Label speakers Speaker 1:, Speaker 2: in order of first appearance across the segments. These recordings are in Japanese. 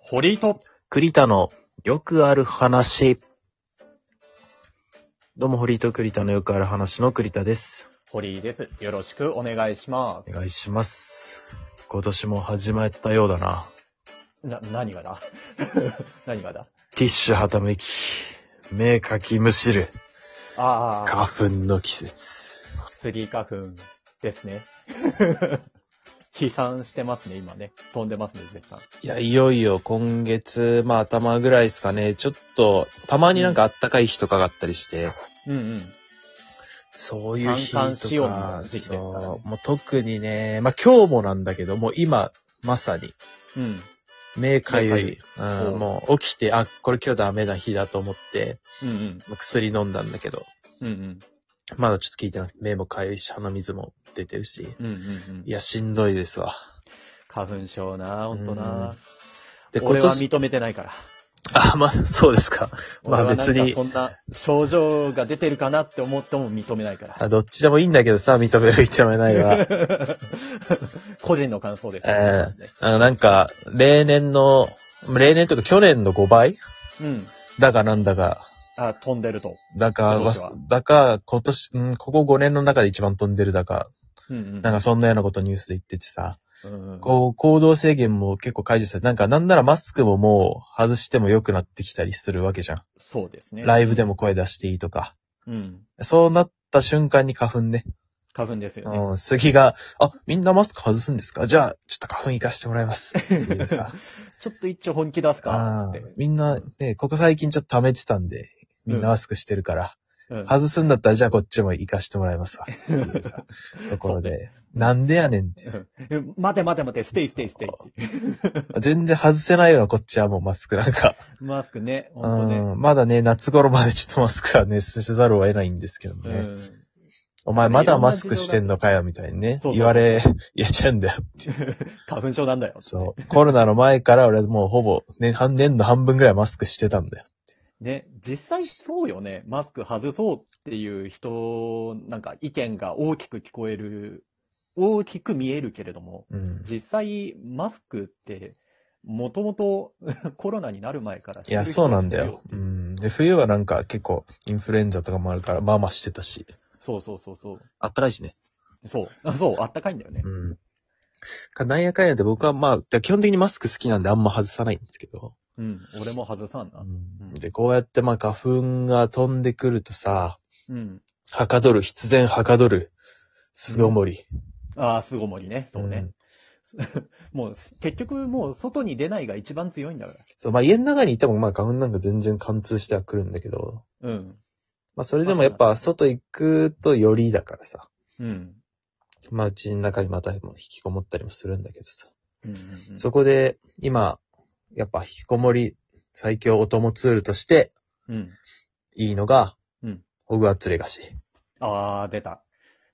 Speaker 1: 堀井と、
Speaker 2: 栗田のよくある話。どうも、堀井と栗田のよくある話の栗田です。
Speaker 1: 堀井です。よろしくお願いしま
Speaker 2: お
Speaker 1: す。
Speaker 2: 願いします。今年も始まったようだな。
Speaker 1: な、何がだ 何がだ
Speaker 2: ティッシュはためき、目かきむしる、
Speaker 1: ああ、
Speaker 2: 花粉の季節。
Speaker 1: スギ花粉ですね。 飛散してますね、今ね。飛んでますね、絶賛。
Speaker 2: いや、いよいよ今月、まあ頭ぐらいですかね、ちょっと、たまになんかあったかい日とかがあったりして、
Speaker 1: うんうん。
Speaker 2: そういう日と
Speaker 1: 三寒四温の
Speaker 2: か、
Speaker 1: 時期ですからね
Speaker 2: そう、もう特にね、まあ今日もなんだけど、もう今、まさに、
Speaker 1: うん。
Speaker 2: 目かゆ
Speaker 1: 目
Speaker 2: い。う
Speaker 1: うん
Speaker 2: ん、もう起きて、あ、これ今日ダメな日だと思って、
Speaker 1: うんうん。
Speaker 2: まあ薬飲んだんだけど、
Speaker 1: うんうん。
Speaker 2: まだちょっと効いてなくて、目もかゆいし、鼻水も出てるし。
Speaker 1: うんうんうん
Speaker 2: い。や、しんどいですわ。
Speaker 1: 花粉症な、ほんとな。
Speaker 2: で、今
Speaker 1: 俺は
Speaker 2: 年、
Speaker 1: 認めてないから。
Speaker 2: あ、まあ、そうですか。まあ
Speaker 1: 俺はなんか
Speaker 2: 別に
Speaker 1: そんな症状が出てるかなって思っても認めないから。
Speaker 2: あどっちでもいいんだけどさ、認める認めない は。
Speaker 1: 個人の感想です。
Speaker 2: えあの、なんか、例年の、例年というか去年の5倍
Speaker 1: うん。
Speaker 2: だかなんだか、
Speaker 1: あ、飛んでると。
Speaker 2: だか
Speaker 1: 今年は、
Speaker 2: だか、今年、うん、ここ5年の中で一番飛んでるだか、
Speaker 1: うんうん。
Speaker 2: なんかそんなようなことニュースで言っててさ、
Speaker 1: うんうん、
Speaker 2: こう、行動制限も結構解除されて、なんかなんならマスクももう外しても良くなってきたりするわけじゃん。
Speaker 1: そうですね。
Speaker 2: ライブでも声出していいとか。
Speaker 1: うん。
Speaker 2: そうなった瞬間に花粉ね。
Speaker 1: 花粉ですよね。
Speaker 2: うん、杉が、あ、みんなマスク外すんですかじゃあ、ちょっと花粉行かしてもらい ます。っていうさ。
Speaker 1: ちょっと一応本気出すか
Speaker 2: あ
Speaker 1: って
Speaker 2: ー。みんな、ね、ここ最近ちょっと溜めてたんで、みんなマスクしてるから、
Speaker 1: うん
Speaker 2: 外すんだったらじゃあこっちも行かしてもらいますわ。っていうさ、とこ ろで。なんでやねんって。
Speaker 1: うん待て待て待て、ステイステイステイ。
Speaker 2: 全然外せないようなこっちはもうマスクなんか。
Speaker 1: マスクね、ほんとね。
Speaker 2: うんまだね、夏頃までちょっとマスクはね、せざるを得ないんですけど
Speaker 1: う
Speaker 2: ね。
Speaker 1: ん。
Speaker 2: お前まだマスクしてんのかよ、みたいに
Speaker 1: そ
Speaker 2: ね。
Speaker 1: うそう
Speaker 2: 言われ、 言っちゃうんだよ。
Speaker 1: 花粉症なんだよ。
Speaker 2: そう。コロナの前から俺もうほぼ、ね、半年の半分ぐらいマスクしてたんだよ。
Speaker 1: ね、実際そうよね。マスク外そうっていう人、なんか意見が大きく聞こえる、大きく見えるけれども、
Speaker 2: うん。
Speaker 1: 実際マスクって、もともとコロナになる前から
Speaker 2: いや、そうなんだよ。
Speaker 1: う
Speaker 2: うんん。で、冬はなんか結構、インフルエンザとかもあるから、まあまあしてたし。
Speaker 1: そうそうそうそう。
Speaker 2: あったかいしね。
Speaker 1: そう。あそう、あったかいんだよね。
Speaker 2: うん。かなんやかんやで僕はまあ、で基本的にマスク好きなんであんま外さないんですけど。
Speaker 1: うん。俺も外さんな
Speaker 2: う。ん。で、こうやってまあ花粉が飛んでくるとさ、
Speaker 1: うん。
Speaker 2: はかどる、必然はかどる、巣ごもり。
Speaker 1: ああ、巣ごもりね。そうね。もう、結局もう外に出ないが一番強いんだか
Speaker 2: そう、まあ家の中にいてもまあ花粉なんか全然貫通してはくるんだけど、
Speaker 1: ら。うん。
Speaker 2: まあそれでもやっぱ外行くとよりだからさ、
Speaker 1: うん。
Speaker 2: まあうちの中にまたも引きこもったりもするんだけどさ、
Speaker 1: うんうんうん、
Speaker 2: そこで今、やっぱ引きこもり最強お供ツールとして
Speaker 1: うん。
Speaker 2: いいのが、
Speaker 1: うん
Speaker 2: ホグワーツレガシー。
Speaker 1: ああ、出た。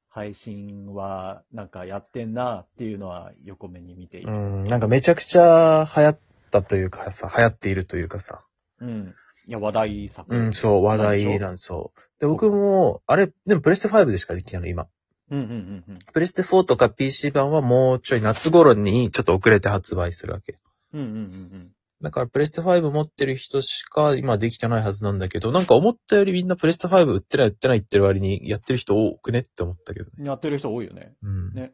Speaker 1: 配信は、なんかやってんなっていうのは横目に見ている。
Speaker 2: うん、なんかめちゃくちゃ流行ったというかさ、流行っているというかさ、
Speaker 1: うん。いや、話題作。
Speaker 2: うん、そう、話題なんそう。で、僕も、あれ、でもプレステ5でしかできないの、今。
Speaker 1: うんうんうんうん。
Speaker 2: プレステ4とか PC 版はもうちょい夏頃にちょっと遅れて発売するわけ。
Speaker 1: うんうんうん
Speaker 2: だからプレステ5持ってる人しか今できてないはずなんだけど、なんか思ったよりみんなプレステ5売ってない売ってないってる割にやってる人多くねって思ったけどね。
Speaker 1: うん。やってる人多いよね。
Speaker 2: うん。
Speaker 1: ね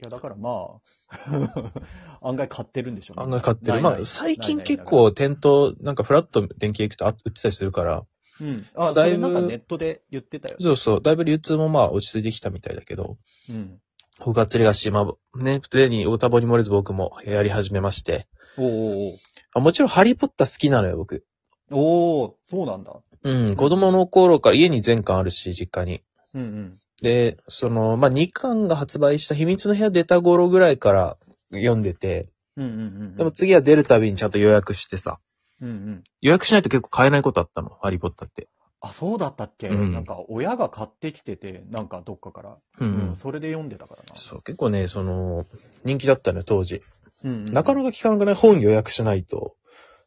Speaker 1: いや、だからまあ、 案外買ってるんでしょうね
Speaker 2: 案外買ってる。
Speaker 1: ない
Speaker 2: ま
Speaker 1: ない
Speaker 2: あ最近
Speaker 1: ないない
Speaker 2: 結構店頭、なんかフラット電気行くとあ売ってたりするから、
Speaker 1: うん。あ、だ
Speaker 2: だい
Speaker 1: い
Speaker 2: ぶ
Speaker 1: なんかネットで言ってたよ。
Speaker 2: そうそう、だいぶ流通もまあ落ち着いてきたみたいだけど、
Speaker 1: うん。
Speaker 2: 僕が釣りがし、まあね、プレイにオタボに漏れず僕もやり始めまして、
Speaker 1: おー
Speaker 2: あもちろんハリーポッター好きなのよ僕。
Speaker 1: おーおーそうなんだ。
Speaker 2: うん、子供の頃から家に全巻あるし、実家に。
Speaker 1: うんうん。
Speaker 2: で、その、まあ、2巻が発売した秘密の部屋出た頃ぐらいから読んでて、
Speaker 1: うんうんうん。
Speaker 2: でも、次は出るたびにちゃんと予約してさ、
Speaker 1: うんうん。
Speaker 2: 予約しないと結構買えないことあったの、ハリーポッターって。
Speaker 1: あ、そうだったっけ、
Speaker 2: うん
Speaker 1: なんか親が買ってきてて、なんかどっかから。
Speaker 2: うんうん
Speaker 1: それで読んでたからな。
Speaker 2: そう、結構ね、その、人気だったのよ、当時。
Speaker 1: うん、うん。
Speaker 2: なかな
Speaker 1: か。
Speaker 2: か聞かなくない本予約しないと、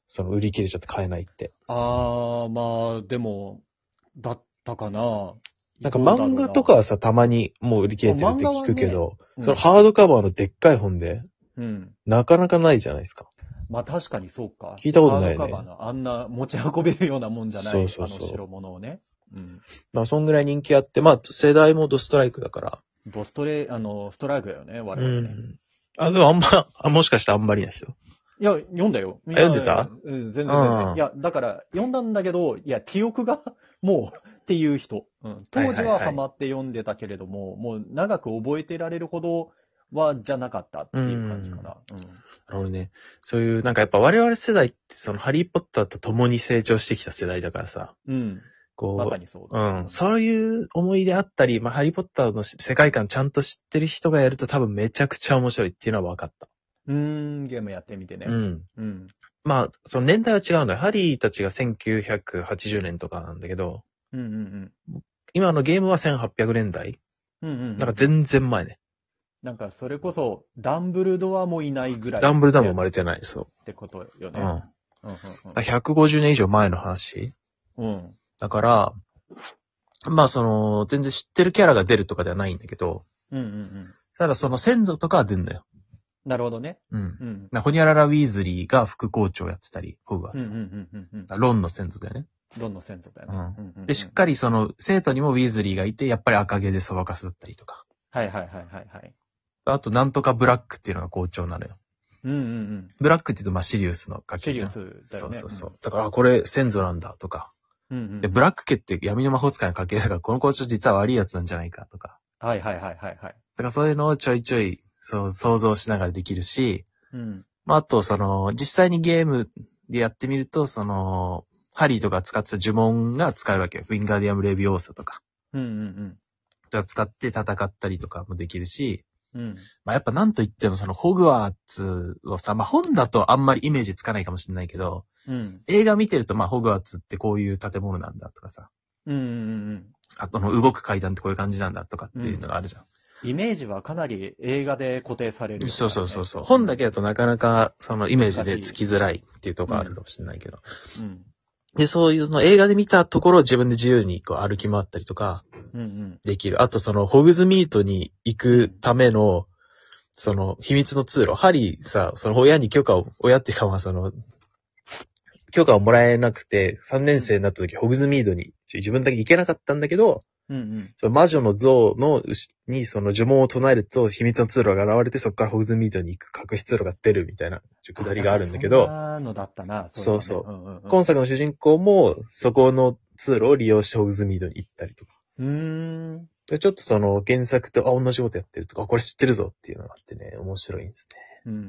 Speaker 2: その、売り切れちゃって買えないって。
Speaker 1: あー、まあ、でも、だったかな。
Speaker 2: なんか漫画とかはさ、たまにもう売り切れてるって
Speaker 1: あ漫画はね
Speaker 2: 聞くけど、
Speaker 1: うん、
Speaker 2: そのハードカバーのでっかい本で、
Speaker 1: うん。
Speaker 2: なかなかないじゃないですか。
Speaker 1: まあ確かにそうか。
Speaker 2: 聞いたことないね
Speaker 1: ハードカバーのあんな持ち運べるようなもんじゃない、
Speaker 2: そうそうそう
Speaker 1: あの白物をね。うん。
Speaker 2: まあ、そんぐらい人気あって、まあ、世代もドストライクだから。
Speaker 1: ドストレ、あの、ストライクだよね、我
Speaker 2: う
Speaker 1: 々ね。
Speaker 2: ん。あ、でもあんま、 あもしかしてあんまりな人。
Speaker 1: いや、読んだよ。
Speaker 2: 読んでた
Speaker 1: いやうん、全然全
Speaker 2: う
Speaker 1: 然。
Speaker 2: ん
Speaker 1: いや、だから、読んだんだけど、いや、記憶が、 もう、っていう人。うん、当時
Speaker 2: はいは
Speaker 1: はい
Speaker 2: はい
Speaker 1: ハマって読んでたけれども、もう長く覚えてられるほどは、じゃなかったっていう感じかな。うん。
Speaker 2: あのね、そういう、なんかやっぱ我々世代って、その、ハリーポッターと共に成長してきた世代だからさ、
Speaker 1: うん。
Speaker 2: こう、
Speaker 1: まさにそうだ。
Speaker 2: うん。そういう思い出あったり、まあ、ハリーポッターのし世界観ちゃんと知ってる人がやると多分めちゃくちゃ面白いっていうのは分かった。
Speaker 1: うーん、ゲームやってみてね。
Speaker 2: うん。
Speaker 1: うん。
Speaker 2: まあ、その年代は違うんだよ。ハリーたちが1980年とかなんだけど、
Speaker 1: うんうん
Speaker 2: 今のゲームは1800年代
Speaker 1: うん。うんうん。
Speaker 2: なんか全然前ね。
Speaker 1: なんかそれこそ、ダンブルドアもいないぐらい。
Speaker 2: ダンブルダム生ま
Speaker 1: れ。
Speaker 2: れてない、そ
Speaker 1: ってことよ
Speaker 2: う。
Speaker 1: ね。
Speaker 2: うん。だか
Speaker 1: うん。うん
Speaker 2: ら150年以上前の話
Speaker 1: うん。うん。
Speaker 2: だから、まあその、全然知ってるキャラが出るとかではないんだけど、
Speaker 1: うんうんうん。
Speaker 2: ただその先祖とかは出んだよ。
Speaker 1: なるほどね。
Speaker 2: うん。
Speaker 1: うん。
Speaker 2: なホニャララ・ウィーズリーが副校長やってたり、ホグワ
Speaker 1: う
Speaker 2: ー
Speaker 1: んう
Speaker 2: ツ
Speaker 1: ん
Speaker 2: の。
Speaker 1: うんうんうん。
Speaker 2: ロンの先祖だよね。
Speaker 1: ロンの先祖だよね。
Speaker 2: うん
Speaker 1: んんん
Speaker 2: で、しっかりその、生徒にもウィーズリーがいて、やっぱり赤毛でそばかすだったりとか。
Speaker 1: はいはいはいはいはい。
Speaker 2: あと、なんとかブラックっていうのが校長なのよ。
Speaker 1: うんうんうん。
Speaker 2: ブラックって言うと、まあ、シリウスの楽器じ
Speaker 1: シ
Speaker 2: ゃん
Speaker 1: リウスだよね。
Speaker 2: そうそうそう。だから、あこれ先祖なんだとか。
Speaker 1: うん。うんうん、
Speaker 2: で、ブラック家って闇の魔法使いの家系だから、この校長実は悪いやつなんじゃないかとか。
Speaker 1: はいはいはいはいはい。
Speaker 2: だからそういうのをちょいちょい、そう、想像しながらできるし、
Speaker 1: うん。
Speaker 2: まあ、あと、その、実際にゲームでやってみると、その、ハリーとか使ってた呪文が使えるわけよ。ウィンガーディアム・レビオーサとか。
Speaker 1: うんうん
Speaker 2: が使って戦ったりとかもできるし、
Speaker 1: うん。うん。
Speaker 2: まあ、やっぱなんといってもそのホグワーツをさ、まあ、本だとあんまりイメージつかないかもしれないけど、
Speaker 1: うん。
Speaker 2: 映画見てるとまあ、ホグワーツってこういう建物なんだとかさ、
Speaker 1: うんうんうん
Speaker 2: あこの動く階段ってこういう感じなんだとかっていうのがあるじゃん。
Speaker 1: うん。イメージはかなり映画で固定されるよね、
Speaker 2: そうそうそうそう。本だけだとなかなかそのイメージでつきづらいっていうところあるかもしれないけど。
Speaker 1: うん。
Speaker 2: で、そういうその映画で見たところを自分で自由にこう歩き回ったりとか
Speaker 1: うんうん。
Speaker 2: できる。あとそのホグズミートに行くための、その秘密の通路。ハリーさ、その親に許可を、親っていうかまあその、許可をもらえなくて、3年生になった時、ホグズミードにちょ自分だけ行けなかったんだけど、
Speaker 1: うんうん。
Speaker 2: その魔女の像の後にその呪文を唱えると秘密の通路が現れて、そこからホグズミードに行く隠し通路が出るみたいな、ちょくだりがあるんだ
Speaker 1: そ
Speaker 2: け
Speaker 1: ん
Speaker 2: ど、
Speaker 1: なのだったな。
Speaker 2: そう
Speaker 1: だねうんうんうん。
Speaker 2: 今作の主人公もそこの通路を利用してホグズミードに行ったりとか。
Speaker 1: うーん。
Speaker 2: でちょっとその原作と、あ、同じことやってるとか、あこれ知ってるぞっていうのがあってね、面白いんですね。
Speaker 1: うんうんう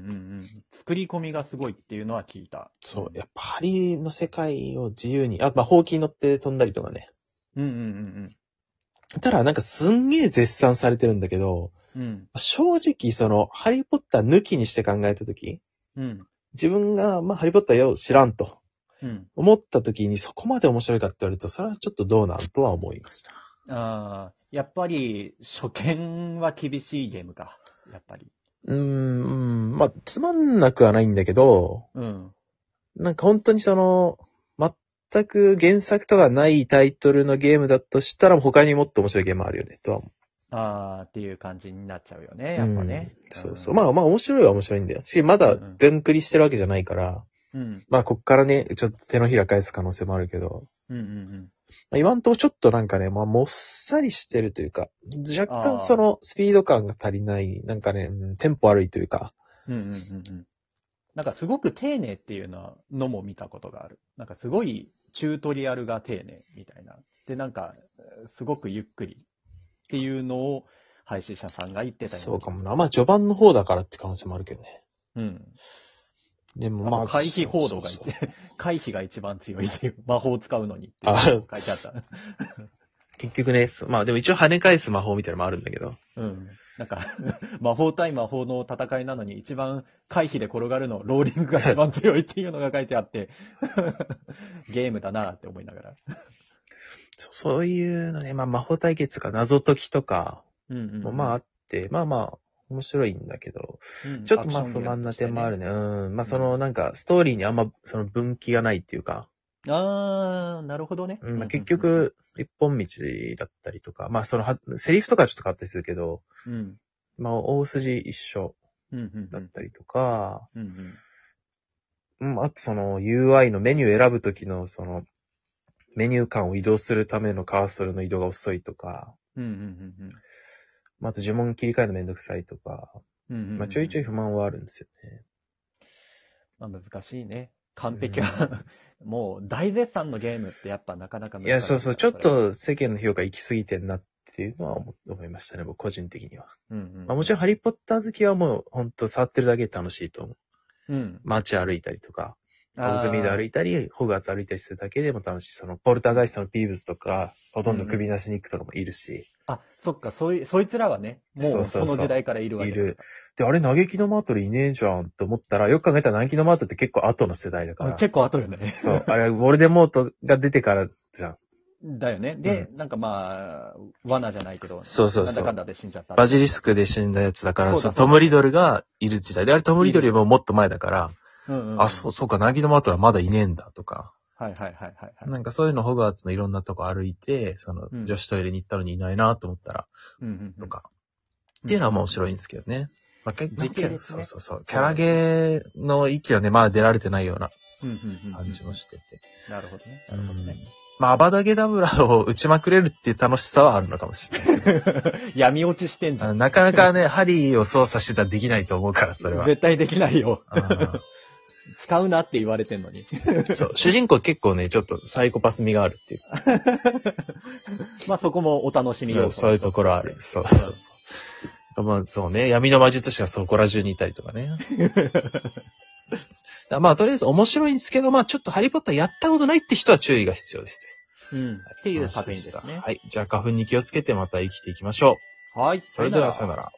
Speaker 1: ん。作り込みがすごいっていうのは聞いた。
Speaker 2: そう、やっぱハリーの世界を自由に、あ、まあ、ほうきに乗って飛んだりとかね。
Speaker 1: うんうん
Speaker 2: ただ、なんかすんげえ絶賛されてるんだけど、
Speaker 1: うんうん。
Speaker 2: 正直、その、ハリーポッター抜きにして考えたとき、
Speaker 1: うん。うん。
Speaker 2: 自分が、まあ、ハリーポッターよ、知らんと
Speaker 1: うん。
Speaker 2: 思ったときに、そこまで面白いかって言われると、それはちょっとどうなんとは思いました。
Speaker 1: ああ、やっぱり、初見は厳しいゲームか。やっぱり。
Speaker 2: うーん、うんまあ、つまんなくはないんだけど、
Speaker 1: うん。
Speaker 2: なんか本当にその、全く原作とかないタイトルのゲームだとしたら、他にもっと面白いゲームあるよね、とは思う
Speaker 1: ああ、っていう感じになっちゃうよね、やっぱね。
Speaker 2: うんそうそう。まあまあ面白いは面白いんだよ。し、まだ全クリしてるわけじゃないから、
Speaker 1: うん。
Speaker 2: まあこっからね、ちょっと手のひら返す可能性もあるけど、
Speaker 1: うんうんうん。
Speaker 2: まあ、今んとこちょっとなんかね、まあもっさりしてるというか、若
Speaker 1: あー
Speaker 2: 干そのスピード感が足りない、なんかね、うんテンポ悪いというか、
Speaker 1: うんうんうんうん。なんかすごく丁寧っていうのはのも見たことがある。なんかすごいチュートリアルが丁寧みたいな。で、なんか、えーすごくゆっくりっていうのを配信者さんが言ってたよ
Speaker 2: そうかもな。まあ序盤の方だからって可能性もあるけどね。
Speaker 1: うん。
Speaker 2: でもま
Speaker 1: ま
Speaker 2: あ。
Speaker 1: あ、回避報道がい
Speaker 2: そうそうそう
Speaker 1: て、 回避が一番強いっていう、魔法を使うのにって
Speaker 2: あ
Speaker 1: 書いてあった。
Speaker 2: 結局ね、まあでも一応跳ね返す魔法みたいなのもあるんだけど。
Speaker 1: うん。なん か、魔法対魔法の戦いなのに一番回避で転がるの、ローリングが一番強いっていうのが書いてあって、 ゲームだなって思いながら。
Speaker 2: そうそういうのね、まあ魔法対決とか謎解きとか
Speaker 1: うんうん
Speaker 2: もまああって、まあまあ面白いんだけど、
Speaker 1: うん
Speaker 2: ちょっとまあ不満な点もある。ね。うん。まあそのなんかストーリーにあんまその分岐がないっていうか、
Speaker 1: アクションゲームとしてねあー、なるほどね。
Speaker 2: うんまあ、結、局一本道だったりとか、まあそのはセリフとかはちょっと変わったりするけど、
Speaker 1: うん。
Speaker 2: まあ大筋一緒
Speaker 1: うんうんう
Speaker 2: だっ
Speaker 1: ん
Speaker 2: たりとか、
Speaker 1: うんうん。
Speaker 2: うん、あとその UI のメニュー選ぶときの、その、メニュー間を移動するためのカーソルの移動が遅いとか、
Speaker 1: うんうんうん
Speaker 2: まあ、あと呪文切り替えるのめんどくさいとか、
Speaker 1: うん。うんうんうん
Speaker 2: まあ、ちょいちょい不満はあるんですよね。
Speaker 1: まあ、難しいね。完璧は、もう大絶賛のゲームってやっぱなかなか難し
Speaker 2: い
Speaker 1: い。
Speaker 2: や、そうそう、ちょっ。と世間の評価行き過ぎてんなっていうのは思思いましたね、僕個人的には。
Speaker 1: うんうん。
Speaker 2: まあ、もちろんハリーポッター好きはもう、ほんと触ってるだけで楽しいと思う。
Speaker 1: ろん、うん。
Speaker 2: 街歩いたりとか、
Speaker 1: あー
Speaker 2: オズミード歩いたり、ホグワーツ歩いたりするだけでも楽しい。その、ポルターガイストのピーブスとか、ほとんど首なしに行くとかもいるし。
Speaker 1: あ、そっか、そい、そいつらはね、
Speaker 2: そ
Speaker 1: もう
Speaker 2: うそう
Speaker 1: そ
Speaker 2: そう
Speaker 1: の時代からいるわけだから
Speaker 2: いるで、あれ、嘆きのマートルいねえじゃんと思ったら、よく考えたら嘆きのマートルって結構後の世代だか
Speaker 1: あ
Speaker 2: ら。
Speaker 1: 結構後よね。
Speaker 2: そう。あれ、ウォルデモートが出てからじゃん。
Speaker 1: だよね。で、
Speaker 2: う
Speaker 1: なんかまあ、罠じゃないけど、
Speaker 2: そうそう
Speaker 1: な
Speaker 2: そう
Speaker 1: んだかんだで死んじゃった。
Speaker 2: バジリスクで死んだやつだから、
Speaker 1: そ
Speaker 2: そう
Speaker 1: だ
Speaker 2: のトム・リドルがいる時代で、あれトム・リドルよりももっと前だから、
Speaker 1: うんうんうん、
Speaker 2: あ、そう、そうか、ナギのマートルはまだいねえんだとか、
Speaker 1: はいはいはいはいはい。
Speaker 2: なんかそういうのホグワーツのいろんなとこ歩いて、その
Speaker 1: うん
Speaker 2: 女子トイレに行ったのにいないなと思ったら、
Speaker 1: うんうんう
Speaker 2: と
Speaker 1: ん、
Speaker 2: か、っていうのは面白いんですけどね。まあ、結
Speaker 1: 時系列ね
Speaker 2: そうそうそう。キャラゲーの域はね、まだ出られてないような
Speaker 1: うんうんうん
Speaker 2: 感じもしてて。
Speaker 1: なるほどね。
Speaker 2: う
Speaker 1: なるほど
Speaker 2: ん
Speaker 1: ね。
Speaker 2: まあ、アバダゲダブラを打ちまくれるっていう楽しさはあるのかもしれない。
Speaker 1: 闇落ちしてんじゃ
Speaker 2: あの
Speaker 1: ん。
Speaker 2: なかなかね、ハリーを操作してたらできないと思うから、それは。
Speaker 1: 絶対できないよ。
Speaker 2: うん
Speaker 1: 使うなって言われてんのに。
Speaker 2: そう、主人公結構ね、ちょっとサイコパス味があるっていうか
Speaker 1: まあそこもお楽しみ要素。
Speaker 2: そういうところある。。そうそうそう。まあそうね、闇の魔術師がそこら中にいたりとか ね。だまあとりあえず面白いんですけど、まあちょっとハリーポッターやったことないって人は注意が必要ですと。
Speaker 1: うん。っていう作品ですね。
Speaker 2: はい。じゃあ花粉に気をつけてまた生きていきましょう。
Speaker 1: はい。
Speaker 2: それではさよなら。